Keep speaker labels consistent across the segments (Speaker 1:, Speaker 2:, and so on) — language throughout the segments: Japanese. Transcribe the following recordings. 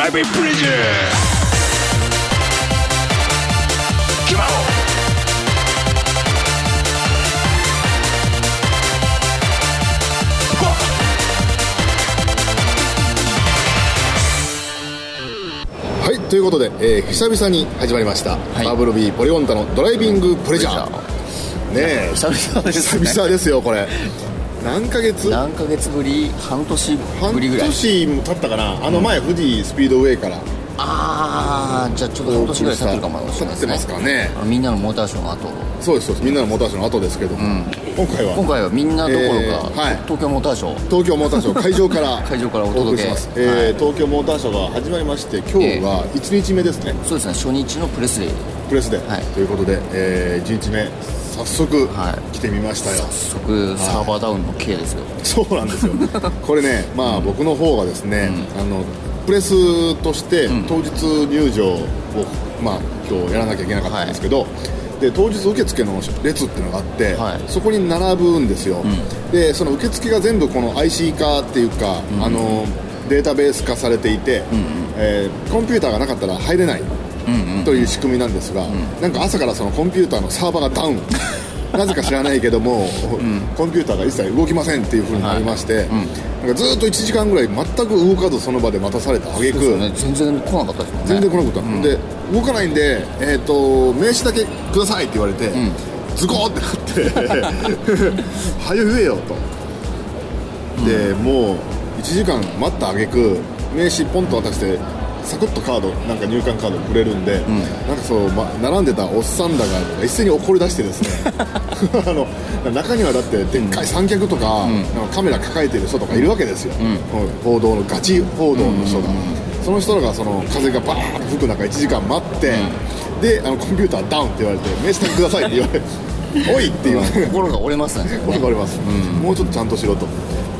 Speaker 1: heavy bridges. Come on. Whoa.
Speaker 2: はいということで、えー久々に始まりました、
Speaker 3: い
Speaker 2: バブルビーポリオンタのドライビングプレジャー
Speaker 3: プ
Speaker 2: ねえ
Speaker 3: 久々ですね
Speaker 2: 久々ですよこれ何ヶ月
Speaker 3: 何ヶ月ぶり半年
Speaker 2: 半
Speaker 3: ぶりぐらい
Speaker 2: 年も経ったかなあの前、富士スピードウェイから
Speaker 3: ああじゃあちょっと半年ぐらい経ってるかもしれないです
Speaker 2: 経
Speaker 3: ね
Speaker 2: ってますからね
Speaker 3: みんなのモーターショーの後
Speaker 2: そうですそうですみんなのモーターショーの後ですけども、今回は
Speaker 3: 今回はみんなどころか、
Speaker 2: えーはい
Speaker 3: 東京モーターショー
Speaker 2: 東京モーターショー会場から
Speaker 3: 会場からお
Speaker 2: お送り
Speaker 3: 届
Speaker 2: し
Speaker 3: け
Speaker 2: ます、えー東京モーターショーが始まりまして今日は1日目ですね、
Speaker 3: そうですね初日のプレスデー
Speaker 2: プレスで、
Speaker 3: はい
Speaker 2: ということで、え1日目早速、
Speaker 3: はい
Speaker 2: 来てみましたよ
Speaker 3: 早速サーバーダウンの K ですよ
Speaker 2: そうなん ですよこれねまあ、僕の方がですね、あのプレスとして当日入場を、まあ、今日やらなきゃいけなかったんですけど、で当日受付の列っていうのがあって、
Speaker 3: はい
Speaker 2: そこに並ぶんですよ、でその受付が全部この IC 化っていうか、あのデータベース化されていて、えーコンピューターがなかったら入れないという仕組みなんですが、なんか朝からそのコンピューターのサーバーがダウン なぜか知らないけども、コンピューターが一切動きませんっていうふうになりまして、なんかずっと1時間ぐらい全く動かずその場で待たされた挙句
Speaker 3: そうですよね全然来なかったですもんね
Speaker 2: 全然来なかった、で動かないんで、えー、と名刺だけくださいって言われて、ズコーってなって 「はよ言えよ」とで、もう1時間待った挙句名刺ポンと渡してサクッとカードなんか入館カードくれるんで、なんかそう、ま、並んでたおっさんらが一斉に怒り出してです ねあの中にはだってでっかい三脚とか,、なんかカメラ抱えてる人とかいるわけですよ、報道のガチ報道の人が、その人らがその風がバーッと吹く中1時間待って、であのコンピューターダウンって言われて名刺だけくださいって言われ て「おい!」って言われて
Speaker 3: 心が折れますね
Speaker 2: わかります、もうちょっとちゃんとしろと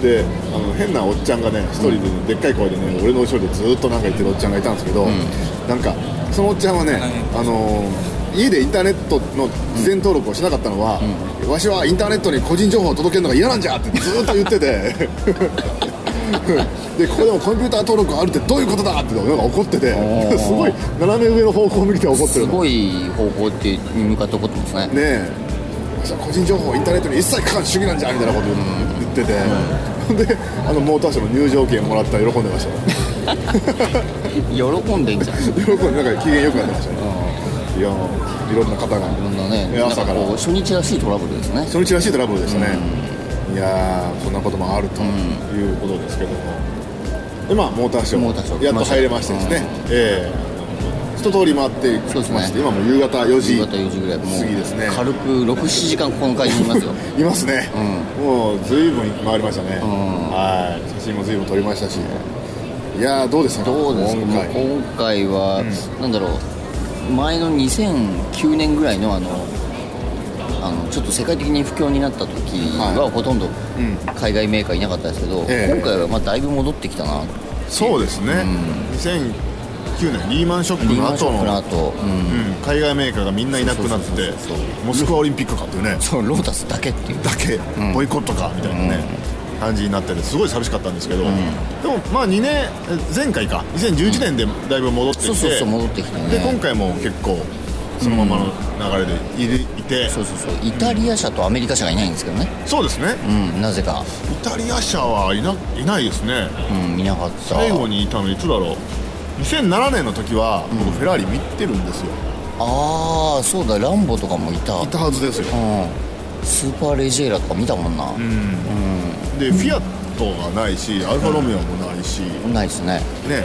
Speaker 2: であの変なおっちゃんがね一人で、でっかい声でね俺の後ろでずっとなんか言ってるおっちゃんがいたんですけど、なんかそのおっちゃんはね、あのー家でインターネットの事前登録をしなかったのは、わしはインターネットに個人情報を届けるのが嫌なんじゃってずっと言っててでここでもコンピューター登録があるってどういうことだってなんか怒ってて
Speaker 3: ー
Speaker 2: すごい斜め上の方向を向いて怒って
Speaker 3: す
Speaker 2: るの
Speaker 3: ごい方向ってに向かって起こってます
Speaker 2: ね
Speaker 3: ね
Speaker 2: え私は個人情報をインターネットに一切書かん主義なんじゃみたいなこと言ってて、であのモーターショーの入場券もらったら喜んでましたよ喜んでなんか
Speaker 3: 喜んでんじゃんい
Speaker 2: 機嫌よくなってましたねいやーいろんな方が
Speaker 3: ろんなね
Speaker 2: いや朝から
Speaker 3: なんこう初日らしいトラブルですね
Speaker 2: 初日らしいトラブルでしたね、いやーそんなこともあるということですけども、でまあモーターショー
Speaker 3: モーターショー
Speaker 2: やっと入れましてですね、
Speaker 3: うん
Speaker 2: ええ一通り回ってき
Speaker 3: そう
Speaker 2: ま
Speaker 3: です
Speaker 2: して、
Speaker 3: ね
Speaker 2: 今もう夕方4時
Speaker 3: 夕方4時ぐらいもう
Speaker 2: 過ぎですね
Speaker 3: 軽く67時間この会場にいますよ
Speaker 2: いますね、もうずいぶん回りましたね、はい写真もずいぶん撮りましたしいやーどうでしたか
Speaker 3: どうですか
Speaker 2: 今
Speaker 3: 今
Speaker 2: 回
Speaker 3: 回今回は、なんだろう前の2009年ぐらいのあのあのちょっと世界的に不況になった時
Speaker 2: は
Speaker 3: はほとんど
Speaker 2: ん
Speaker 3: 海外メーカーいなかったですけど、
Speaker 2: ええ
Speaker 3: 今回はまあだいぶ戻ってきたな
Speaker 2: そうですね、2009年リーマンショックの後の
Speaker 3: の後、うん
Speaker 2: うん海外メーカーがみんないなくなって
Speaker 3: そうそうそうそう
Speaker 2: モスクワオリンピックかっていうね
Speaker 3: そうロータスだけっていう
Speaker 2: だけ
Speaker 3: ん
Speaker 2: ボイコットかみたいなね、感じになっててすごい寂しかったんですけど、でもまあ2年え前回か2011年でだいぶ戻ってきて、
Speaker 3: そうそうそう戻ってきたね
Speaker 2: で今回も結構そのままの流れでいるいて、
Speaker 3: そうそうそうイタリア車とアメリカ車がいないんですけどね
Speaker 2: そうですね、
Speaker 3: うんなぜか、
Speaker 2: イタリア車はいないないですね
Speaker 3: うん、見なかった
Speaker 2: 最後にいたのいつだろう2007年の時は僕フェラーリ見てるんですよ、
Speaker 3: ああそうだランボとかもいた
Speaker 2: いたはずですよ、
Speaker 3: うん、スーパーレジェーラとか見たもんな、
Speaker 2: でフィアットがないしアルファロメオもないし、
Speaker 3: ないですね
Speaker 2: ね、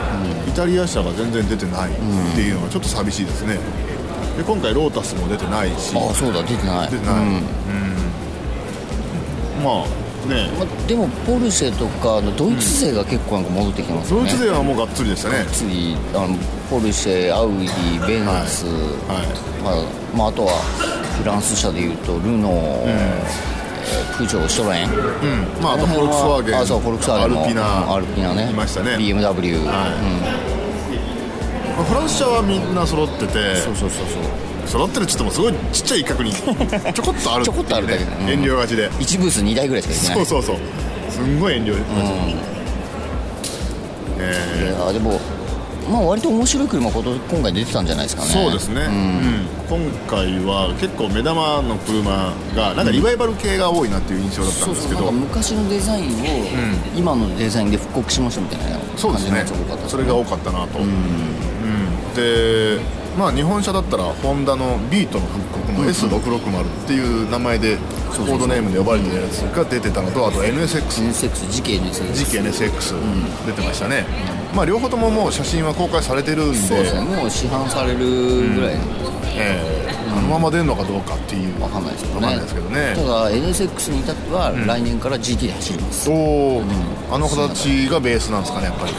Speaker 2: イタリア車が全然出てないっていうのはちょっと寂しいですねで今回ロータスも出てないし
Speaker 3: ああそうだ出てない
Speaker 2: 出てない、
Speaker 3: う
Speaker 2: うんんまあね
Speaker 3: まあ、でもポルシェとかあのドイツ勢が結構なんか戻ってきてますよね、
Speaker 2: ドイツ勢はもうがっつりでしたね
Speaker 3: 次あのポルシェアウディベンツ、
Speaker 2: はい
Speaker 3: まあまあ、あとはフランス車でいうとルノー、えープジョーショレン
Speaker 2: うんまああとフォルクスワーゲン
Speaker 3: あそうフォルクスワー
Speaker 2: アルピ
Speaker 3: ゲンも
Speaker 2: ナ
Speaker 3: うんアルピナね
Speaker 2: いましたね
Speaker 3: BMW、
Speaker 2: はいまあフランス車はみんな揃ってて
Speaker 3: うん、そうそうそうそう
Speaker 2: 揃ってるっつってもすごいちっちゃい一角 にちょこっとあるっていうね
Speaker 3: ちょこっとあるだけでうん
Speaker 2: 遠慮がちで
Speaker 3: 1ブース2台ぐらいしかいけない
Speaker 2: そうそうそうすんごい遠慮がちでねえ
Speaker 3: いやでもまあ割と面白い車こと今回出てたんじゃないですかね
Speaker 2: そうですね、うん
Speaker 3: ん
Speaker 2: 今回は結構目玉の車がなんかリバイバル系が多いなっていう印象だったんですけど、
Speaker 3: そうそうなんか昔のデザインを今のデザインで復刻しましたみたいな
Speaker 2: そう
Speaker 3: 感
Speaker 2: で
Speaker 3: じ
Speaker 2: す
Speaker 3: の
Speaker 2: ね
Speaker 3: やつ多かったですね
Speaker 2: それが多かったなと、うんでまあ日本車だったらホンダのビートの復刻の S660 っていう名前でコ
Speaker 3: そうそう
Speaker 2: ードネームで呼ばれてるやつが出てたのとあと NSX
Speaker 3: セックス事件です
Speaker 2: 時期 NSX 出てましたね、まあ両方とももう写真は公開されてるんで
Speaker 3: そうですねもう市販されるぐらいなんです
Speaker 2: ええあのまま出るのかどうかっていう
Speaker 3: わかんないですけど
Speaker 2: わ
Speaker 3: ね
Speaker 2: かんないですけどね
Speaker 3: ただ NSX に至っては来年から GT で走ります、
Speaker 2: おお、あの形がベースなんですかねやっぱり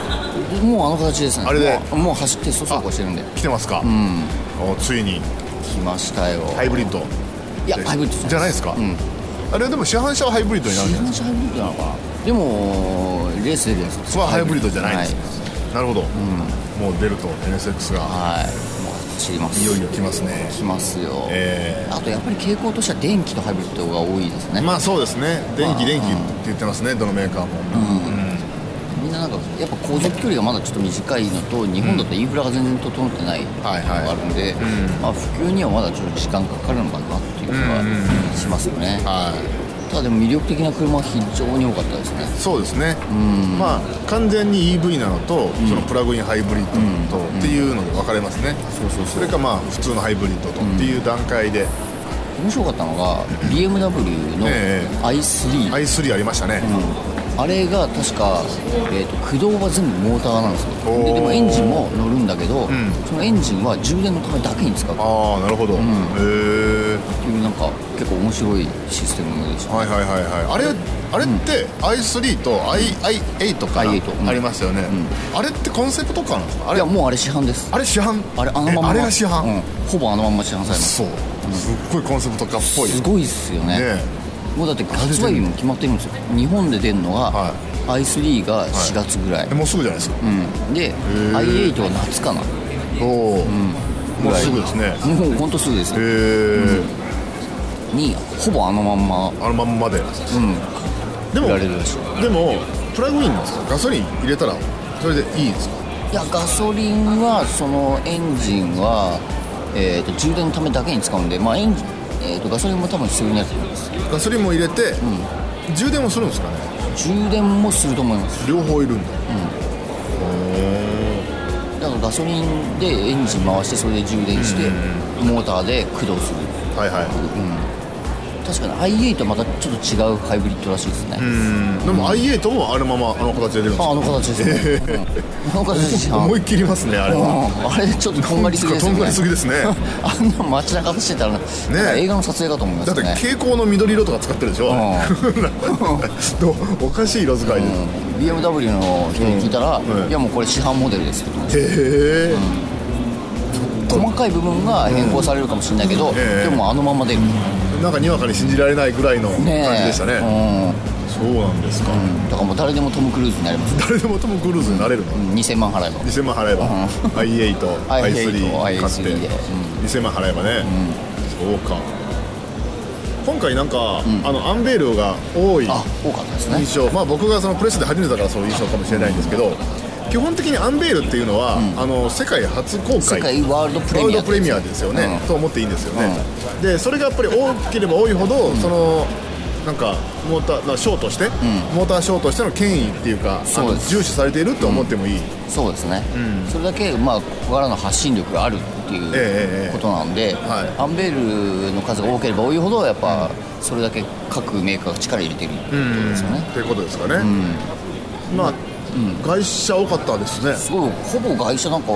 Speaker 3: もうあの形ですね
Speaker 2: あれで
Speaker 3: もうもう走ってそそこしてるんで
Speaker 2: 来てますか、
Speaker 3: うん
Speaker 2: おついに
Speaker 3: 来ましたよ
Speaker 2: ハイブリッド
Speaker 3: いやハイブリッド
Speaker 2: じゃないですか、
Speaker 3: うん
Speaker 2: あれはでも市販車はハイブリッドになるんじゃないで
Speaker 3: 市販車ハイブリッドなのかなでもレース出るんですよ
Speaker 2: すかそれはハイブリッドじゃないんですね、なるほど、もう出ると NSX が
Speaker 3: はい、はい、もう走ります
Speaker 2: いよいよ来ますね
Speaker 3: 来ますよ、
Speaker 2: え
Speaker 3: あとやっぱり傾向としては電気とハイブリッドが多いですね、
Speaker 2: えまあそうですね電
Speaker 3: まあ
Speaker 2: 気電気って言ってますねどのメーカーも、
Speaker 3: みんななんかやっぱ航続距離がまだちょっと短いのと日本だとインフラが全然整ってないの
Speaker 2: はいはい
Speaker 3: があるんで、まあ、普及にはまだちょっと時間かかるのかなっていう気がしますよね、
Speaker 2: はい
Speaker 3: ただでも魅力的な車は非常に多かったですね
Speaker 2: そうですね、まあ完全に EV なのと、そのプラグインハイブリッドと、っていうので分かれますね、
Speaker 3: そうそうそう
Speaker 2: れかまあ普通のハイブリッドと、っていう段階で
Speaker 3: 面白かったのが BMW の
Speaker 2: ええ
Speaker 3: i3、
Speaker 2: i3 ありましたね、
Speaker 3: あれが確か、えー、と駆動は全部モーターなんですよ
Speaker 2: お
Speaker 3: で
Speaker 2: ー
Speaker 3: でもエンジンも乗るんだけど、
Speaker 2: ん
Speaker 3: そのエンジンは充電のためだけに使うっ
Speaker 2: ああなるほど、へえ
Speaker 3: ていうなんか結構面白いシステムでした
Speaker 2: はいはいはいはいあれあれって i3 と i8 か
Speaker 3: i8 うん
Speaker 2: なありますよね、あれってコンセプトカーなんですかあ
Speaker 3: い
Speaker 2: れ
Speaker 3: やもうあれ市販です
Speaker 2: あれ市販
Speaker 3: あれあのまんま
Speaker 2: えあれが市販、
Speaker 3: うんほぼあのまんま市販されます
Speaker 2: そうすっごいコンセプトカーっぽい
Speaker 3: すごいっすよね
Speaker 2: ね
Speaker 3: もうだって発売日も決まってるんですよ日本で出るの
Speaker 2: は
Speaker 3: は i3 が4月ぐらい、
Speaker 2: えもうすぐじゃないですか、
Speaker 3: うん、で i8 は夏かな
Speaker 2: おお、もうすぐですねへ
Speaker 3: もうほんとすぐです
Speaker 2: え、
Speaker 3: にほぼあのまんま
Speaker 2: あのまんまで
Speaker 3: うん
Speaker 2: でも
Speaker 3: 売られるらし
Speaker 2: でもプラグインなんですかガソリン入れたらそれでいいんですか
Speaker 3: いやガソリンはそのエンジンは、えー、と充電のためだけに使うんで、まあエンジンえー、とガソリンも多分必要になると思います
Speaker 2: ガソリンも入れて、充電もするんですかね
Speaker 3: 充電もすると思います
Speaker 2: 両方いるんだ、
Speaker 3: だからガソリンでエンジン回してそれで充電して、モーターで駆動する
Speaker 2: はいはい
Speaker 3: 確かに i8 はまたちょっと違うハイブリッドらしいですね、
Speaker 2: でも i8 もあるままあの形で出るんです
Speaker 3: あ
Speaker 2: か
Speaker 3: あの形です ね、うんあの形ですよ
Speaker 2: 思いっきりますねあれは
Speaker 3: うんあれちょっととんがりすぎですよね
Speaker 2: とんがりすぎですね
Speaker 3: あんな街中走ってたら、なんか映画の撮影かと思いま
Speaker 2: だっ
Speaker 3: す
Speaker 2: て
Speaker 3: ね
Speaker 2: 蛍光の緑色とか使ってるでしょ、 どうおかしい色使いで、
Speaker 3: BMW の人に聞いたら、
Speaker 2: うん
Speaker 3: いやもうこれ市販モデルですよと
Speaker 2: へえ、
Speaker 3: 細かい部分が変更されるかもしれないけど、
Speaker 2: ええ
Speaker 3: でもあのまま出る
Speaker 2: なんかにわかに信じられないぐらいの感じ
Speaker 3: ねえ
Speaker 2: でしたねそうなんですか、
Speaker 3: うん、だからもう誰でもトム・クルーズになります
Speaker 2: 誰でもトム・クルーズになれるの、
Speaker 3: 2000万払えば
Speaker 2: 2000万払えば、i8、i3
Speaker 3: i8
Speaker 2: 買って、
Speaker 3: i3 で
Speaker 2: 2000万払えばね、そうか今回なんか、あのアンベールが多い
Speaker 3: あ多かったですね
Speaker 2: 印象、まあ、僕がそのプレスで初めてだからそういう印象かもしれないんですけど、基本的にアンベールっていうのは、あの世界初公開
Speaker 3: 世界ワールドプレ
Speaker 2: ワー
Speaker 3: ミ
Speaker 2: ル
Speaker 3: ア
Speaker 2: ドプレミアですよね、と思っていいんですよね、でそれがやっぱり多ければ多いほど、そのなんかモーターなショーとして、モーターショーとしての権威っていうかあ
Speaker 3: そう
Speaker 2: の
Speaker 3: です
Speaker 2: 重視されていると思ってもいい、
Speaker 3: そうですね、それだけ、まあ、ここからの発信力があるってい
Speaker 2: ええええ
Speaker 3: うことなんで、
Speaker 2: はい
Speaker 3: アンベールの数が多ければ多いほどやっぱそれだけ各メーカーが力入れてるってことですよね、
Speaker 2: っていうことですかね、まあ、外車多かったですね
Speaker 3: すごいほぼ外車なんか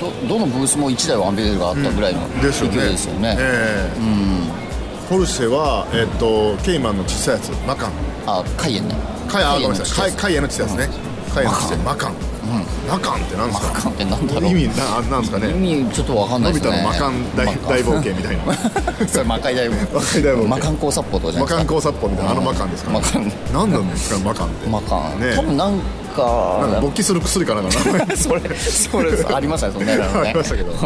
Speaker 3: どどのブースも1台はアンベールがあったぐらいの勢
Speaker 2: ですよ
Speaker 3: い
Speaker 2: ね
Speaker 3: ですよね、
Speaker 2: ええポルシェは、えっとケイマンの小さいやつマカン
Speaker 3: あカイエンね
Speaker 2: カイあごめんなさい
Speaker 3: カイエンの小さい
Speaker 2: カイカイエの小さいやつね、カイエの小さいマカン、マカンってなんですか
Speaker 3: マカンってなんだろう
Speaker 2: 意味ななんですかね
Speaker 3: 意味ちょっとわかんな
Speaker 2: の
Speaker 3: いで
Speaker 2: び
Speaker 3: す
Speaker 2: 太
Speaker 3: ね
Speaker 2: の魔漢大大冒険みたいな
Speaker 3: 険 それ魔界 大冒険
Speaker 2: 魔界大冒険
Speaker 3: 魔漢高殺法とかじゃ
Speaker 2: 魔
Speaker 3: ないで
Speaker 2: 漢
Speaker 3: すか
Speaker 2: 交殺法みたいなあの魔漢ですか
Speaker 3: 魔漢
Speaker 2: 何なんですか魔漢って
Speaker 3: 魔漢、
Speaker 2: ね
Speaker 3: 多分なんか
Speaker 2: なんか勃起する薬かなんか名 前
Speaker 3: それそれありましたねそんなのね
Speaker 2: ありましたけど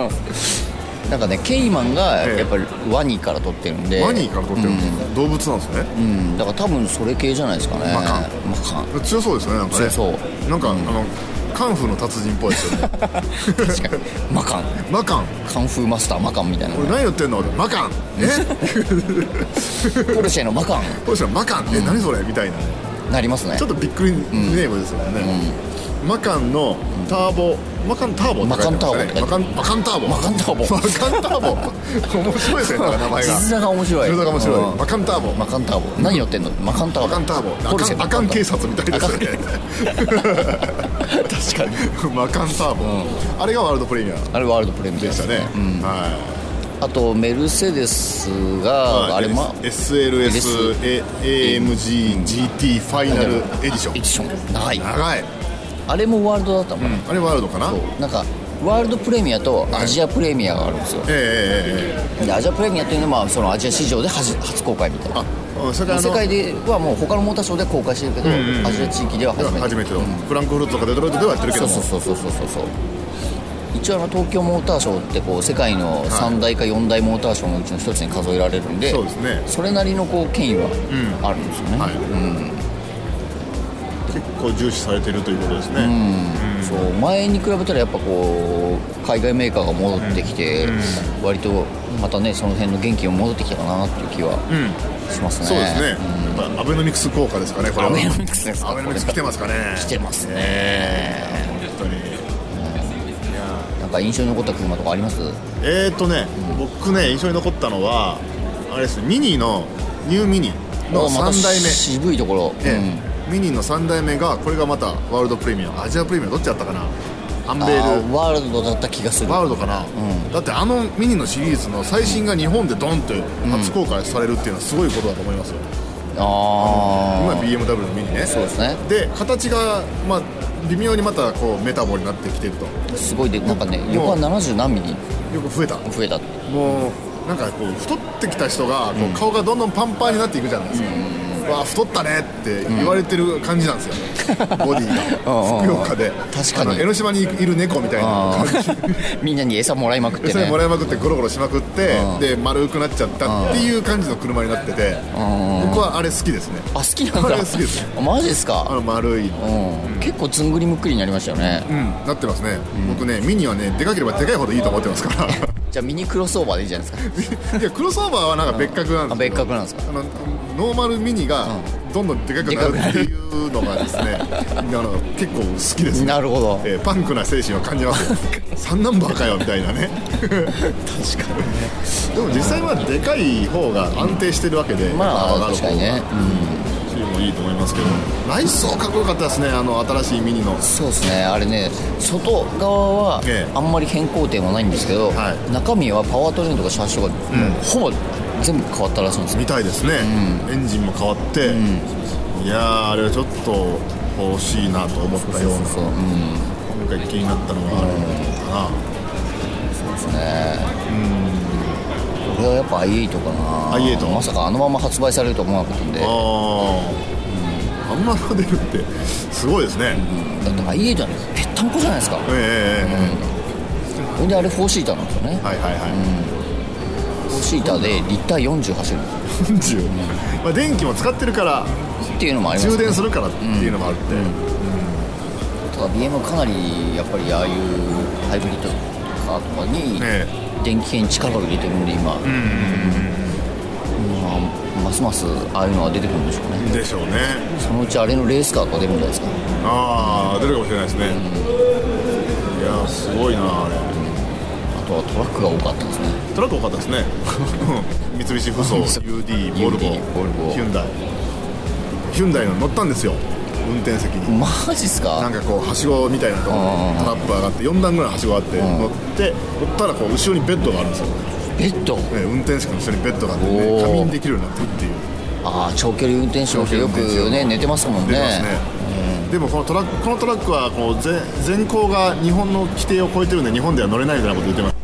Speaker 3: なんかねケイマンが
Speaker 2: ええ
Speaker 3: やっぱりワニから取ってるんで
Speaker 2: ワニから取ってるんですか動物なんですね
Speaker 3: うんだから多分それ系じゃないですかね
Speaker 2: マカン
Speaker 3: マカン
Speaker 2: 強そうですよねなんかね
Speaker 3: 強そう
Speaker 2: なんかあのカンフーの達人っぽいですよ ね
Speaker 3: 確かに マカン
Speaker 2: マカン
Speaker 3: カンフーマスターマカンみたいな
Speaker 2: これ 何言ってんのマカンえ
Speaker 3: ポルシェのマカン
Speaker 2: こうしたらマカンえ何それみたいなね
Speaker 3: なりますね
Speaker 2: ちょっとびっくりネームですよね、マカンのターボ、マカンターボって書いてますね
Speaker 3: マ
Speaker 2: マ
Speaker 3: カ
Speaker 2: カンマカンターボ
Speaker 3: マカンターボ
Speaker 2: マカンターボ面白いですねなんか名前が
Speaker 3: 地図が面白い
Speaker 2: 地面が面白
Speaker 3: う
Speaker 2: い
Speaker 3: ん
Speaker 2: マカンターボ
Speaker 3: マカンターボ何乗ってんのマカンターボ
Speaker 2: マカンターボ
Speaker 3: ポルシェ
Speaker 2: アカンアカン警察みたいですね
Speaker 3: 確かに
Speaker 2: マカンターボ、あれがワールドプレミア
Speaker 3: あれワールドプレミア
Speaker 2: でしたね、
Speaker 3: うん
Speaker 2: は
Speaker 3: あとメルセデス
Speaker 2: い、
Speaker 3: があれま
Speaker 2: SLSAMGGT ファイナルエディシ
Speaker 3: エディ
Speaker 2: ョン
Speaker 3: ション長い
Speaker 2: 長い、
Speaker 3: あれもワールドだったもん
Speaker 2: あれワールドかな
Speaker 3: なんかワールドプレミアとアジアプレミアがあるんですよ
Speaker 2: ええええええ
Speaker 3: でアジアプレミアっていうのはまあそのアジア市場で初初公開みたいな
Speaker 2: あそれからあの
Speaker 3: 世界ではもう他のモーターショーでは公開してるけど、アジア地域では初めて
Speaker 2: 初めての、フランクフルトとかデトロイトではやってるけ
Speaker 3: そ
Speaker 2: ど
Speaker 3: う
Speaker 2: も
Speaker 3: そうそうそうそうそうそう一応あの東京モーターショーってこう世界の3大か4大モーターショーのうちの一つに数えられるんで,、
Speaker 2: そうですね
Speaker 3: れなりのこう権威はあるんですよね、
Speaker 2: はい結構重視されてるということですね、
Speaker 3: そう前に比べたらやっぱこう海外メーカーが戻ってきて、割とまたねその辺の元気が戻ってきたかなっていう気はしますね、
Speaker 2: そうですね、やっぱアベノミクス効果ですかねこれは
Speaker 3: アベノミクスですか
Speaker 2: アベノミクス来てますかね
Speaker 3: 来てますね、
Speaker 2: 本当に
Speaker 3: なんか印象に残った車とかあります
Speaker 2: えーっとね、僕ね印象に残ったのはあれですねミニのニューミニの
Speaker 3: あまた
Speaker 2: 3代目、
Speaker 3: 渋いところ、
Speaker 2: え
Speaker 3: うん
Speaker 2: えミニの3代目がこれがまたワールドプレミアアジアプレミアどっちだったかなアンベ
Speaker 3: あ
Speaker 2: ー
Speaker 3: ー
Speaker 2: ル
Speaker 3: ワールドだった気がする
Speaker 2: ワールドかな、だってあのミニのシリーズの最新が日本でドンって初公開されるっていうのはすごいことだと思いますよ、今
Speaker 3: ああ
Speaker 2: BMW のミニね
Speaker 3: そうですね
Speaker 2: で形が、まあ、微妙にまたこうメタボになってきてると
Speaker 3: すごいでなんかね
Speaker 2: もう
Speaker 3: 横は70何ミリ
Speaker 2: よく増えた
Speaker 3: 増えたって
Speaker 2: もうなんかこう太ってきた人がこう顔がどんどんパンパンになっていくじゃないですか、わあ太ったねって言われてる感じなんですよ、ボディ
Speaker 3: うんうん
Speaker 2: が福岡で
Speaker 3: 確かに
Speaker 2: あの江ノ島にいる猫みたいな感じ
Speaker 3: みんなに餌もらいまくって
Speaker 2: それ
Speaker 3: ね
Speaker 2: もらいまくってゴロゴロしまくって
Speaker 3: うん
Speaker 2: で丸くなっちゃったっていう感じの車になってて僕はあれ好きですね
Speaker 3: あ好きなん
Speaker 2: こ
Speaker 3: だ
Speaker 2: れが好きですね
Speaker 3: あマジです
Speaker 2: あ
Speaker 3: か
Speaker 2: の丸いの
Speaker 3: うん結構ずんぐりむっくりになりましたよね
Speaker 2: うん、なってますね、僕ねミニはねでかければでかいほどいいと思ってますから
Speaker 3: じゃあミニクロスオーバーでいいじゃないですか
Speaker 2: いやクロスオーバーはなんか別格なんですけど
Speaker 3: あ別格なんですか
Speaker 2: あのノーマルミニがどんどんでかくなるっていうのがですねあの結構好きですね
Speaker 3: なるほど
Speaker 2: えーパンクな精神を感じますよ3 ナンバーかよみたいなね確かにねでも実際はでかい方が安定してるわけで、
Speaker 3: まあ
Speaker 2: やっ
Speaker 3: 確
Speaker 2: ぱ
Speaker 3: か
Speaker 2: 上が
Speaker 3: にね
Speaker 2: る方がもいいと思いますけど内装かっこよかったですねあの新しいミニの
Speaker 3: そうですねあれね外側は
Speaker 2: ええ
Speaker 3: あんまり変更点はないんですけど、
Speaker 2: はい
Speaker 3: 中身はパワートレインとか車種がもうほぼ全部変わったらしいんですよ
Speaker 2: みたいですね、エンジンも変わって、いやーあれはちょっと欲しいなと思ったような
Speaker 3: そううん
Speaker 2: 今回気になったのがあれか
Speaker 3: 俺はやっぱ i8 かな
Speaker 2: i8
Speaker 3: まさかあのまま発売されると思わなかったんで
Speaker 2: な、
Speaker 3: だ
Speaker 2: あー、あんまの出るってすごいですね、
Speaker 3: って i8 はねぺったんこじゃないですか
Speaker 2: えええええ
Speaker 3: ほんであれ4シーターなんですよね
Speaker 2: えはいはいは
Speaker 3: 4シーターでリッター40走る
Speaker 2: い、40まあ、電気も使ってるから
Speaker 3: っていうのもありま
Speaker 2: 充
Speaker 3: す
Speaker 2: 電するからっていうのもあるって、
Speaker 3: ただ BM かなりやっぱりああいうハイブリッドカーとかに
Speaker 2: え
Speaker 3: 電気系に力を入れてるんで今まあますますああいうのは出てくるんでしょうね
Speaker 2: でしょうね
Speaker 3: そのうちあれのレースカーとか出るんじゃないですか
Speaker 2: ああ出るかもしれないですね、いやーすごいなあれ
Speaker 3: あとはトラックが多かったですね
Speaker 2: トラック多かったです ね三菱ふそ UD ボルボ
Speaker 3: UD ボルボ
Speaker 2: ヒュンダイヒュンダイの乗ったんですよ運転席に
Speaker 3: マジっすか
Speaker 2: なんかこうはしごみたいなとこ
Speaker 3: あー
Speaker 2: タラップ上がって4段ぐらいはしごがあって乗って乗ったらこう後ろにベッドがあるんですよ、
Speaker 3: ベッド
Speaker 2: えー運転席の後ろにベッドがあって、
Speaker 3: お
Speaker 2: ね、
Speaker 3: ー
Speaker 2: 仮眠できるようになってるっていう
Speaker 3: ああ長距離運転手の人よくね寝てますもん
Speaker 2: 出
Speaker 3: ね
Speaker 2: ますねでもこのトラックこのトラックはこうぜ全高が日本の規定を超えてるんで日本では乗れないみたいなこと言ってます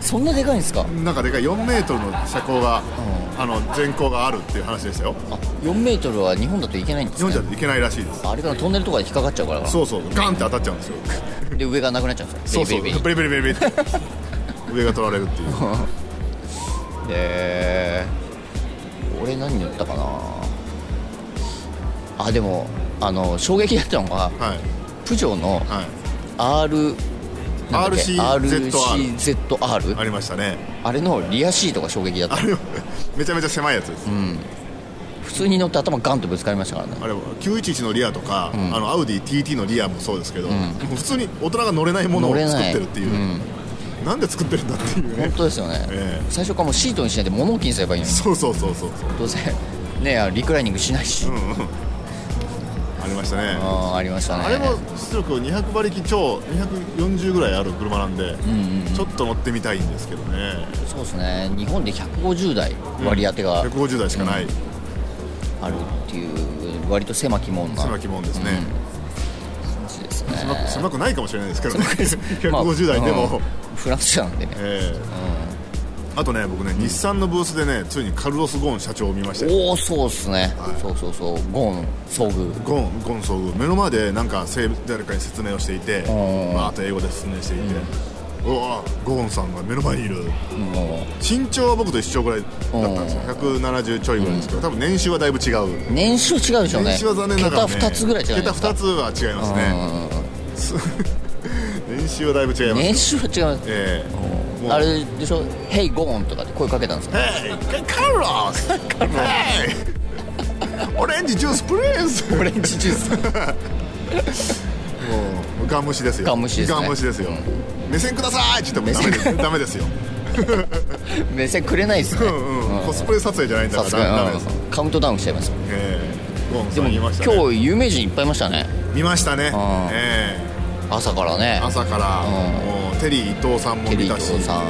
Speaker 3: そんなでかいんですか
Speaker 2: なんかでかい4メートルの車高が、あの全高があるっていう話でしたよ
Speaker 3: あ4メートルは日本だといけないんで
Speaker 2: 日
Speaker 3: す
Speaker 2: 本じゃ
Speaker 3: ね
Speaker 2: いけないらしいです
Speaker 3: あれからトンネルとかで引っかかっちゃうから
Speaker 2: そうそうガンって当たっちゃうんですよ
Speaker 3: で上がなくなっちゃうんです
Speaker 2: そ
Speaker 3: よ
Speaker 2: うそうベ
Speaker 3: ベリ
Speaker 2: リ
Speaker 3: ベリ
Speaker 2: ベ
Speaker 3: ベ
Speaker 2: リベリベリって上が取られるっていう
Speaker 3: リへー俺何乗ったかなあでもあの衝撃だったのが
Speaker 2: はい
Speaker 3: プジョーの
Speaker 2: はい
Speaker 3: R なんだっけ
Speaker 2: RCZR
Speaker 3: RCZR
Speaker 2: ありましたね
Speaker 3: あれのリアシートが衝撃だった
Speaker 2: あれめちゃめちゃ狭いやつです、
Speaker 3: 普通に乗って頭ガンとぶつかりましたからね
Speaker 2: あれは911のリアとか、あのアウディ TT のリアもそうですけど、もう普通に大人が乗れないものを
Speaker 3: 乗れ
Speaker 2: 作
Speaker 3: ない
Speaker 2: ってるっていうなんで作ってるんだっていうね
Speaker 3: 本当ですよね、
Speaker 2: ええ
Speaker 3: 最初からもうシートにしないで物置にすればいいのに
Speaker 2: そうそうそうそうそう
Speaker 3: どうせねリクライニングしないし、
Speaker 2: ありましたね
Speaker 3: あーありましたね
Speaker 2: あれも出力200馬力超240ぐらいある車なんで、ちょっと乗ってみたいんですけどね
Speaker 3: そうですね日本で150台割り当てがある
Speaker 2: 150台しかない
Speaker 3: っていう割と狭き門な
Speaker 2: 狭
Speaker 3: 感
Speaker 2: きもんですね、
Speaker 3: じですね
Speaker 2: 狭く狭くないかもしれないですけどね150台 で
Speaker 3: まあ
Speaker 2: も、
Speaker 3: うんフランスなんでね
Speaker 2: ええあとね僕ね、日産のブースでねついにカルロス・ゴーン社長を見ましたよ
Speaker 3: おおそうっすね、そうそうそうゴーン遭遇
Speaker 2: ゴンゴンソグ目の前でなんかせい誰かに説明をしていて
Speaker 3: ー
Speaker 2: まあ、あと英語で説明していて、うわゴーンさんが目の前にいる
Speaker 3: も
Speaker 2: 身長は僕と一緒ぐらいだったんですよ170ちょいぐらいですけど多分年収はだいぶ違う
Speaker 3: う年収違うでしょうね
Speaker 2: 年収は残念ながら、ね、
Speaker 3: 桁2つぐらい違う
Speaker 2: 桁2つは違いますねす 年収はだいぶ違います、
Speaker 3: 年収は違う
Speaker 2: ええもう
Speaker 3: あれでしょ「ヘイゴーン」とかって声かけたんですよ
Speaker 2: ヘイカルロスヘイオレンジジュースプリーズ
Speaker 3: オレンジジュース
Speaker 2: もうガン無視ですよ
Speaker 3: ガン無視ですね
Speaker 2: ガン無視ですよ、目線くださいって言ってもダメですダメですよ、
Speaker 3: 目線くれないですね
Speaker 2: うんうん、コスプレ撮影じゃないんだ
Speaker 3: さ
Speaker 2: か
Speaker 3: すが
Speaker 2: らダメ
Speaker 3: に
Speaker 2: で
Speaker 3: うん
Speaker 2: す、
Speaker 3: カウントダウンしちゃいます
Speaker 2: ええゴン
Speaker 3: で
Speaker 2: さ
Speaker 3: も
Speaker 2: ん言い
Speaker 3: 今
Speaker 2: ましたね
Speaker 3: 日有名人いっぱいいましたね
Speaker 2: 見ましたね、
Speaker 3: ん
Speaker 2: え
Speaker 3: 朝からね
Speaker 2: え朝から、もうテリー伊藤さんも
Speaker 3: テ
Speaker 2: 見
Speaker 3: リー
Speaker 2: た
Speaker 3: 伊
Speaker 2: し
Speaker 3: 藤さん
Speaker 2: もう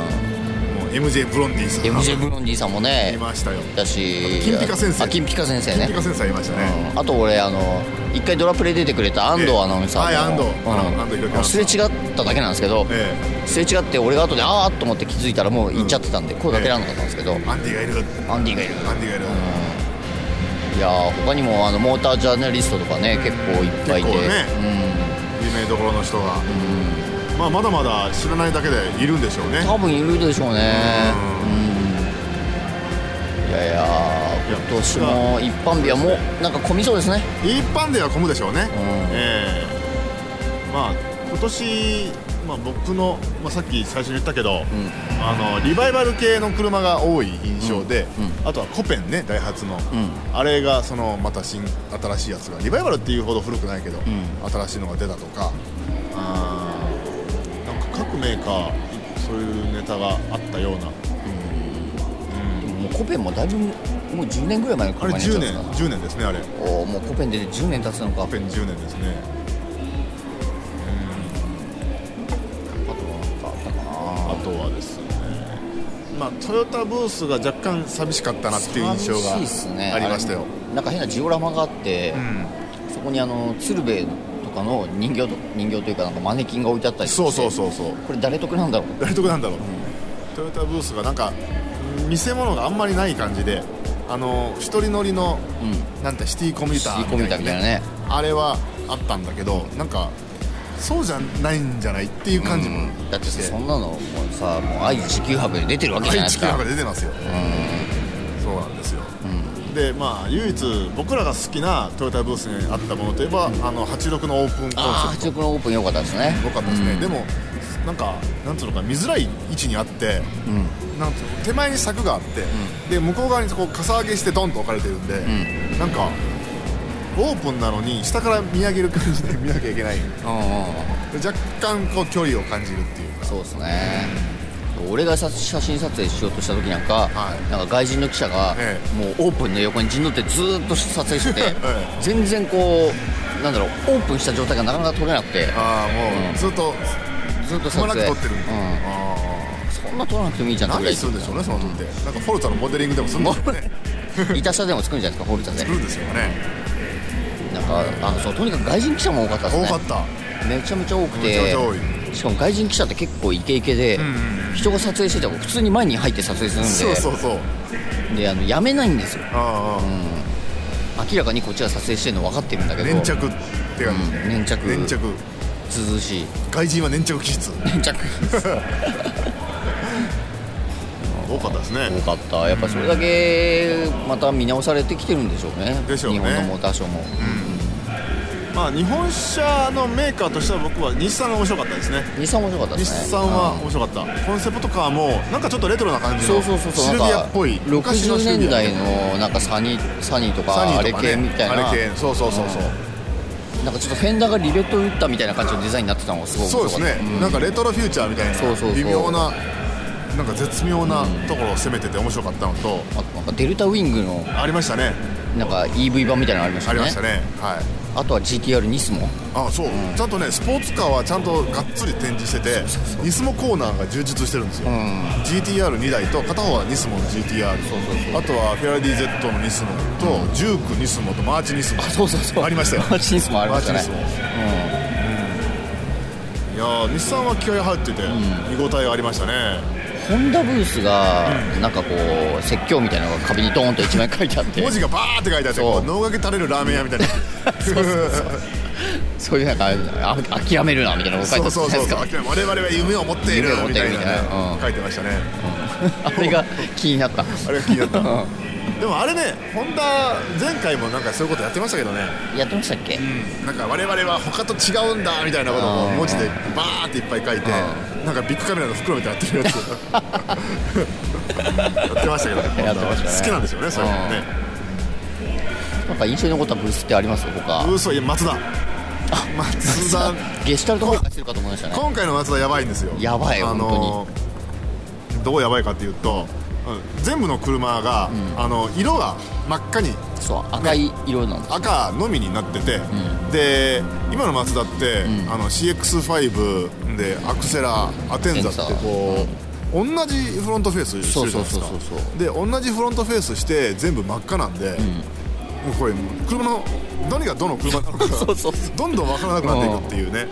Speaker 2: MJ ブロンディさん
Speaker 3: MJ ブロンディさんもね
Speaker 2: いましたよ
Speaker 3: だし
Speaker 2: 金ピカ先生
Speaker 3: あ金ピカ先生
Speaker 2: 金
Speaker 3: ね
Speaker 2: ピカ先生いましたね、
Speaker 3: うんあと俺あの一回ドラプレ出てくれた安藤アナウンサーも
Speaker 2: はい安藤
Speaker 3: うん
Speaker 2: あの安藤弘樹アナウン
Speaker 3: す
Speaker 2: サ
Speaker 3: れ
Speaker 2: ー
Speaker 3: 違っただけなんですけど
Speaker 2: え
Speaker 3: すれ違って俺が後でああと思って気づいたらもう行っちゃってたんで声かけられなかったんですけど
Speaker 2: えアンディがいる
Speaker 3: アンディがいる
Speaker 2: アンディがいる、
Speaker 3: いやー他にもあのモータージャーナリストとかね結構いっぱいいて
Speaker 2: 結構ね有名どころの人が、まあ、まだまだ知らないだけでいるんでしょうね
Speaker 3: うん多分いるでしょうねいやいや
Speaker 2: いや
Speaker 3: 今年も一般日はもうなんか混みそうですね
Speaker 2: 一般では混むでしょうね、ええまあ今年、まあ、僕の、まあ、さっき最初に言ったけど、あのリバイバル系の車が多い印象で、あとはコペンねダイハツの、あれがそのまた新新しいやつがリバイバルっていうほど古くないけど、新しいのが出たとかあーなんか各メーカーそういうネタがあったような
Speaker 3: もうコペンもだいぶもう10年ぐらい前の
Speaker 2: あれ
Speaker 3: 車
Speaker 2: 10
Speaker 3: になっちゃ
Speaker 2: 年
Speaker 3: うんですか
Speaker 2: 10年ですねあれ
Speaker 3: おーもうコペン出て10年経つのか
Speaker 2: ペン10年ですねあとはですねまあトヨタブースが若干寂しかったなっていう印象が
Speaker 3: 寂しいっすね
Speaker 2: ありましたよ、
Speaker 3: あれなんか変なジオラマがあって、そこにあの鶴瓶とかの人形と人形というかなんかマネキンが置いてあったりして
Speaker 2: そうそうそうそう
Speaker 3: これ誰得なんだろう
Speaker 2: 誰得なんだろう、トヨタブースがなんか見せ物があんまりない感じであの一人乗りの、なんてシティコミューター
Speaker 3: シティコミューターみたいなね
Speaker 2: あれはあったんだけどなんかそうじゃないんじゃないっていう感じも
Speaker 3: だって
Speaker 2: して
Speaker 3: そんなのもうさもう愛知地球博で出てるわけじゃない
Speaker 2: 愛
Speaker 3: です
Speaker 2: 知県
Speaker 3: か
Speaker 2: が出てますよ、そうなんですよ、でまあ唯一僕らが好きなトヨタブースにあったものといえば、あの86のオープンコ
Speaker 3: ああ
Speaker 2: ンセ
Speaker 3: 八億のオープン良かったですね
Speaker 2: プトよかったですね、でもなんかなんつうのか見づらい位置にあって、なんつうの手前に柵があって、で向こう側にこうかさ上げしてドンと置かれてるんで、なんかオープンなのに下から見上げる感じで 見なきゃいけないで
Speaker 3: うんうんうん
Speaker 2: 若干こう距離を感じるっていうか
Speaker 3: そうですね俺がさ写真撮影しようとした時なんか,、
Speaker 2: はい
Speaker 3: なんか外人の記者が、
Speaker 2: え
Speaker 3: もうオープンの横に陣取ってずーっと撮影してて、
Speaker 2: え
Speaker 3: 全然こうなんだろうオープンした状態がなかなか撮れなくて
Speaker 2: ああもうずっと
Speaker 3: ずっと
Speaker 2: 止
Speaker 3: 撮
Speaker 2: まなく
Speaker 3: 影
Speaker 2: 撮ってるんだ、
Speaker 3: うん
Speaker 2: ああ
Speaker 3: そんな撮らなくてもいいじゃん
Speaker 2: 何するんでしょうねその時って、なんかフォルツァのモデリングでもするんですよ ね
Speaker 3: いた車でも作るんじゃないですかホルタで
Speaker 2: るんですよね
Speaker 3: なんかあそうとにかく外人記者も多かったです
Speaker 2: 多
Speaker 3: ね
Speaker 2: かった
Speaker 3: めちゃめちゃ多くて
Speaker 2: めちゃめちゃ多
Speaker 3: しかも外人記者って結構イケイケで、人が撮影してても普通に前に入って撮影するんで
Speaker 2: そうそうそう
Speaker 3: であのやめないんですよ
Speaker 2: ああ、
Speaker 3: 明らかにこっちが撮影してるの分かってるんだけど
Speaker 2: 粘着って感じ、
Speaker 3: うん粘着
Speaker 2: 粘着
Speaker 3: 涼しい
Speaker 2: 外人は粘着技術
Speaker 3: 粘着
Speaker 2: 多かったですね
Speaker 3: 多かっ たやっぱそれだけまた見直されてきてるんでしょうね
Speaker 2: でしょうね
Speaker 3: 日本のモーターショーも、
Speaker 2: ままあ、日本車のメーカーとしては僕は日産が面白かったですね
Speaker 3: 日産面白かったで
Speaker 2: 日
Speaker 3: すね
Speaker 2: 産は面白かった、コンセプトカーもなんかちょっとレトロな感じ
Speaker 3: そ
Speaker 2: の
Speaker 3: うそうそうそう
Speaker 2: シルビアっぽい
Speaker 3: なんか
Speaker 2: 昔の
Speaker 3: 60
Speaker 2: シルビ
Speaker 3: 年
Speaker 2: ア
Speaker 3: 代のなんかサニサニーとか
Speaker 2: サ
Speaker 3: あ
Speaker 2: ニー
Speaker 3: れ
Speaker 2: とかね
Speaker 3: 系みたいな
Speaker 2: あれ系そうそうそうそう、
Speaker 3: なんかちょっとフェンダーがリレット打ったみたいな感じのデザインになってたのがすごい面
Speaker 2: そう
Speaker 3: 白
Speaker 2: で
Speaker 3: か
Speaker 2: す
Speaker 3: った
Speaker 2: ね、なんかレトロフューチャーみたいな
Speaker 3: そうそうそう
Speaker 2: 微妙ななんか絶妙なところを攻めてて面白かったのと、
Speaker 3: あとなんかデルタウィングの
Speaker 2: ありましたね
Speaker 3: なんか EV 版みたいなのありまし
Speaker 2: あ
Speaker 3: た
Speaker 2: り
Speaker 3: ね
Speaker 2: ましたねはい
Speaker 3: あとは GTR ニスも
Speaker 2: あそう、ちゃんとねスポーツカーはちゃんとがっつり展示しててニスモコーナーが充実してるんですよ、GTR2 台と片方はニスモの GTR あとはフェラリー Z のニスモと、ジュークニスモとマーチニスモ
Speaker 3: そうそうそう
Speaker 2: ありましたよ
Speaker 3: マーチニスもありましたね
Speaker 2: マーチニスモいやー日産は気合い入ってて、見応えがありましたね
Speaker 3: ホンダブースがなんかこう説教みたいなのが壁にドーンと一枚書いてあって
Speaker 2: 文字がバーって書いてあって
Speaker 3: そう
Speaker 2: こう脳がけ垂れるラーメン屋 みたいな
Speaker 3: そういうなんかあ諦めるなみたいなのが書いて
Speaker 2: そ
Speaker 3: あ
Speaker 2: う
Speaker 3: ったじ
Speaker 2: そ
Speaker 3: ゃ
Speaker 2: う
Speaker 3: ない
Speaker 2: そうそ
Speaker 3: です
Speaker 2: う
Speaker 3: か
Speaker 2: 諦め我々は夢を持っている
Speaker 3: 夢を持っ
Speaker 2: み
Speaker 3: て
Speaker 2: た
Speaker 3: い
Speaker 2: いな
Speaker 3: るみたいなう
Speaker 2: ね
Speaker 3: ん
Speaker 2: 書いてましたね
Speaker 3: あれが気になった
Speaker 2: あれが気になったでもあれねホンダ前回もなんかそういうことやってましたけどね
Speaker 3: やってましたっけ
Speaker 2: なんか我々は他と違うんだみたいなことを
Speaker 3: うん
Speaker 2: 文字でバーっていっぱい書いてなんかビッグカメラの袋みたいになって るやつやってましたけどね
Speaker 3: やってましたね
Speaker 2: 好きなんですよねそういうのね
Speaker 3: なんか印象に残ったブースってあります他
Speaker 2: ブースはいや松田松田
Speaker 3: ゲシュタルト崩壊してるかと思いましたね
Speaker 2: 今回の松田やばいんですよ
Speaker 3: やばい本
Speaker 2: ーどうやばいかっていうとうん全部の車が、あの色が真っ赤に
Speaker 3: そう赤い色なんです
Speaker 2: 赤のみになってて、で今のマツダって、あの CX5 でアクセラアテンザってこう、同じフロントフェースしてるじゃないですか
Speaker 3: そうそうそうそう
Speaker 2: で同じフロントフェースして全部真っ赤なんで、もうこれ車の何がどの車なのか
Speaker 3: そうそうそ
Speaker 2: どんどん分からなくなっていくっていうね、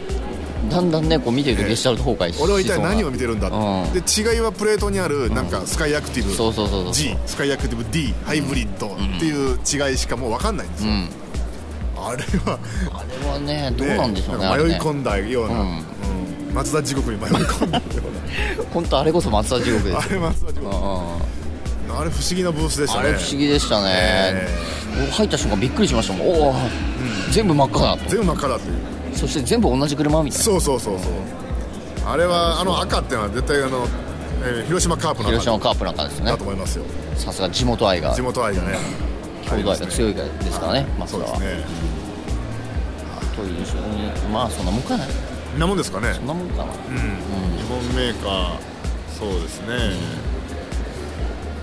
Speaker 3: だんだんねこう見てるとゲシュタルト崩壊し
Speaker 2: 俺は一体何を見て
Speaker 3: る
Speaker 2: るんだ
Speaker 3: うん
Speaker 2: って、で違いはプレートにあるなんかスカイアクティブ、
Speaker 3: そうそうそうそう
Speaker 2: G スカイアクティブ D ハイブリッドっていう違いしかもう分かんないんですよ、あれは
Speaker 3: あれはねどう
Speaker 2: ね
Speaker 3: なんでしょうね
Speaker 2: な
Speaker 3: あ
Speaker 2: んか
Speaker 3: れ
Speaker 2: 迷い
Speaker 3: ね
Speaker 2: 込んだような、
Speaker 3: うん
Speaker 2: うん松田地獄に迷い込 んだよう
Speaker 3: 本当あれこそ松田地獄で
Speaker 2: なあ
Speaker 3: す
Speaker 2: れ松田地
Speaker 3: う
Speaker 2: 獄
Speaker 3: んうん
Speaker 2: あれ不思議なブースでした
Speaker 3: あ
Speaker 2: ね
Speaker 3: れ不思議でしたね
Speaker 2: え、
Speaker 3: 僕入った瞬間びっくりしましたもんおお、全部真っ赤だと
Speaker 2: 全部真っ赤だっていう
Speaker 3: そして全部同じ車みたいな
Speaker 2: そうそうそうそうあれはあの赤っていうのは絶対あの、えー広島カープの
Speaker 3: 広島
Speaker 2: 赤
Speaker 3: カープなんかですね
Speaker 2: だと思いますよ
Speaker 3: さすが地元愛が
Speaker 2: 地
Speaker 3: 兄
Speaker 2: 元愛がね
Speaker 3: 弟愛が強いですからね
Speaker 2: そ
Speaker 3: 松
Speaker 2: う
Speaker 3: 田
Speaker 2: で
Speaker 3: は
Speaker 2: すね
Speaker 3: という印象にまあそんなもんかな
Speaker 2: そんなもんですかね
Speaker 3: そんなもんかな
Speaker 2: 日本メーカーそうですね、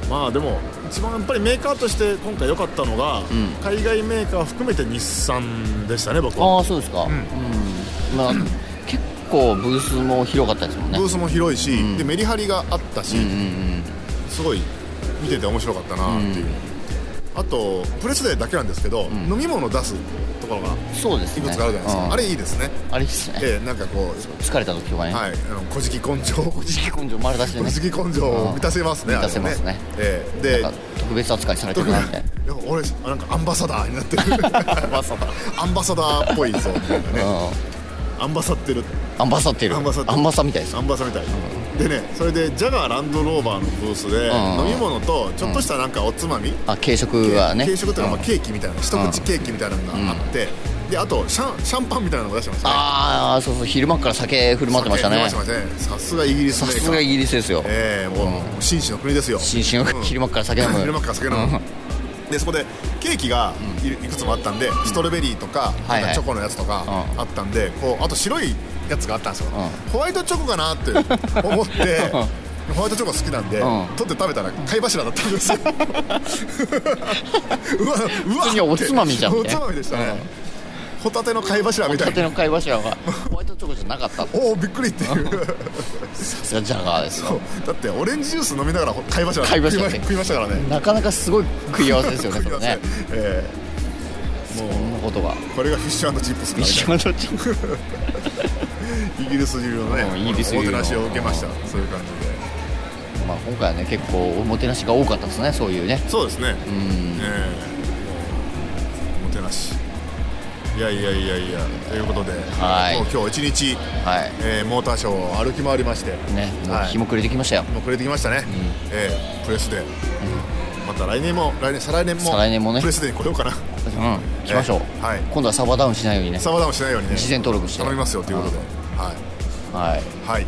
Speaker 2: まあでも一番やっぱりメーカーとして今回良かったのが、海外メーカー含めて日産でしたね僕は
Speaker 3: ああそうですかうん、まあ結構ブースも広かったですもんね
Speaker 2: ブースも広いし、でメリハリがあったし、すごい見てて面白かったなっていう、あとプレスデーだけなんですけど、飲み物出すところが
Speaker 3: そうです
Speaker 2: い
Speaker 3: ね
Speaker 2: くつかあるじゃないですか、
Speaker 3: うん
Speaker 2: あれいいですね、
Speaker 3: あれいいっすね、
Speaker 2: ええなんかこう
Speaker 3: 疲れた時とかね、
Speaker 2: はい、あの小じき根性小じき
Speaker 3: 根性丸出しでね
Speaker 2: 根性を満たせますね、
Speaker 3: うん満たせますね
Speaker 2: あれはええで
Speaker 3: なんか特別扱いされてる
Speaker 2: 特
Speaker 3: な
Speaker 2: に
Speaker 3: みたいない
Speaker 2: や俺なんかアンバサダーにな ってるアンバサダーアンバサダーっぽいぞみたいなね
Speaker 3: うん
Speaker 2: アンバサってる
Speaker 3: アンバサってる
Speaker 2: アンバサってる
Speaker 3: アンバサみたいです
Speaker 2: アンバサみたいでねそれでジャガーランドローバーのブースで
Speaker 3: ん
Speaker 2: 飲み物とちょっとしたなんかおつまみ
Speaker 3: あ軽食はね
Speaker 2: 軽食というかまあ
Speaker 3: うん
Speaker 2: ケーキみたいな一口ケーキみたいなのがあってであとシャンシャンパンみたいなのが出してましたね
Speaker 3: ああそうそう昼間から酒振る舞ってましたね
Speaker 2: 酒飲んでましたねさすがイギリス
Speaker 3: さ
Speaker 2: メーカー
Speaker 3: すがイギリスですよ
Speaker 2: ええもう紳士の国ですよ
Speaker 3: 紳士の
Speaker 2: うん
Speaker 3: 昼間から酒飲む
Speaker 2: 昼間から酒飲むでそこでケーキがいいくつもあったんでストロベリーとか
Speaker 3: はいはい
Speaker 2: なんかチョコのやつとか
Speaker 3: うん
Speaker 2: あったんでこうあと白いやつがあったんですよ
Speaker 3: う
Speaker 2: ホワイトチョコかなって 思ってホワイトチョコ好きなんで
Speaker 3: うん
Speaker 2: 取って食べたら貝柱だったん ですようわうわ
Speaker 3: 普通におつまみじゃん
Speaker 2: お
Speaker 3: ね
Speaker 2: つまみでしたねホタテの貝柱みた
Speaker 3: 片
Speaker 2: い
Speaker 3: 手
Speaker 2: な
Speaker 3: の貝柱がホワイトチョコじゃなかったさ
Speaker 2: おおびっくりっていう
Speaker 3: すがジャガーですよ
Speaker 2: だってオレンジジュース飲みながら貝柱
Speaker 3: 貝
Speaker 2: 食い
Speaker 3: 柱
Speaker 2: ま食いましたからね
Speaker 3: なかなかすごい食い合わせですよねそれね
Speaker 2: ええ
Speaker 3: こん
Speaker 2: も
Speaker 3: なことが
Speaker 2: うこれがフィッシュチップスかみたい
Speaker 3: 一番どっち
Speaker 2: なイギリス流のね
Speaker 3: うんイギリス流
Speaker 2: お
Speaker 3: の
Speaker 2: もてなしを受けましたそういう感じで
Speaker 3: まあ今回はね結構おもてなしが多かったですねそういうね
Speaker 2: そうですねええおもてなしいやいやいやいやということで
Speaker 3: はい
Speaker 2: もう今日一日、
Speaker 3: はい
Speaker 2: えーモーターショーを歩き回りまして
Speaker 3: ねもう
Speaker 2: はい
Speaker 3: 日も暮れてきましたよ
Speaker 2: もう暮れてきましたね、ええプレスで、また来年も来年再来年も
Speaker 3: 再来年もね
Speaker 2: プレステに来ようかな
Speaker 3: うん行きましょう、
Speaker 2: えはい
Speaker 3: 今度はサーバーダウンしないようにね
Speaker 2: サバダウンしないようにね
Speaker 3: 事前登録して
Speaker 2: 頼みますよということでは
Speaker 3: はい
Speaker 2: い、はい、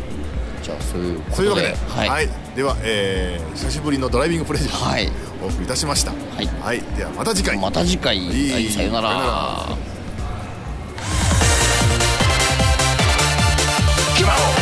Speaker 3: じゃあそういうこ
Speaker 2: そういう
Speaker 3: と
Speaker 2: わけ
Speaker 3: で
Speaker 2: で、はい
Speaker 3: はい、
Speaker 2: では、えー久しぶりのドライビングプレジャー、
Speaker 3: はい
Speaker 2: お送りいたしました
Speaker 3: い
Speaker 2: ではまた次回
Speaker 3: また次回、
Speaker 2: いい
Speaker 3: はい、さ
Speaker 2: さよ
Speaker 3: ような
Speaker 2: うな
Speaker 3: ら
Speaker 2: ら
Speaker 1: Come on.